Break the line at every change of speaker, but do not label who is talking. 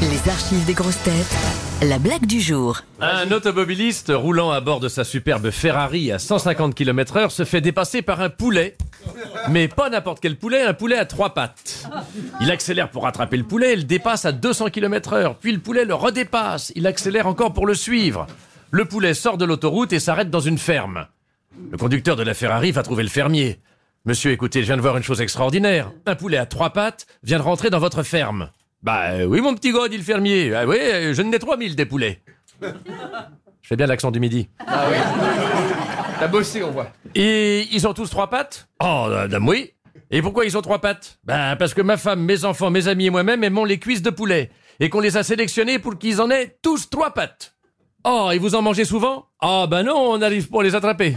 Les archives des grosses têtes, la blague du jour.
Un automobiliste roulant à bord de sa superbe Ferrari à 150 km/h se fait dépasser par un poulet. Mais pas n'importe quel poulet, un poulet à trois pattes. Il accélère pour rattraper le poulet, il dépasse à 200 km/h, puis le poulet le redépasse, il accélère encore pour le suivre. Le poulet sort de l'autoroute et s'arrête dans une ferme. Le conducteur de la Ferrari va trouver le fermier. Monsieur, écoutez, je viens de voir une chose extraordinaire. Un poulet à trois pattes vient de rentrer dans votre ferme. Bah euh, oui, mon petit gars, dit le fermier. Ah oui, euh, je n'ai 3000 des poulets. Je fais bien l'accent du midi.
T'as bossé, on voit.
Et ils ont tous trois pattes Oh, madame, oui. Et pourquoi ils ont trois pattes Ben, parce que ma femme, mes enfants, mes amis et moi-même aimons les cuisses de poulet. Et qu'on les a sélectionnés pour qu'ils en aient tous trois pattes. Oh, et vous en mangez souvent Ah, ben non, on arrive pour les attraper.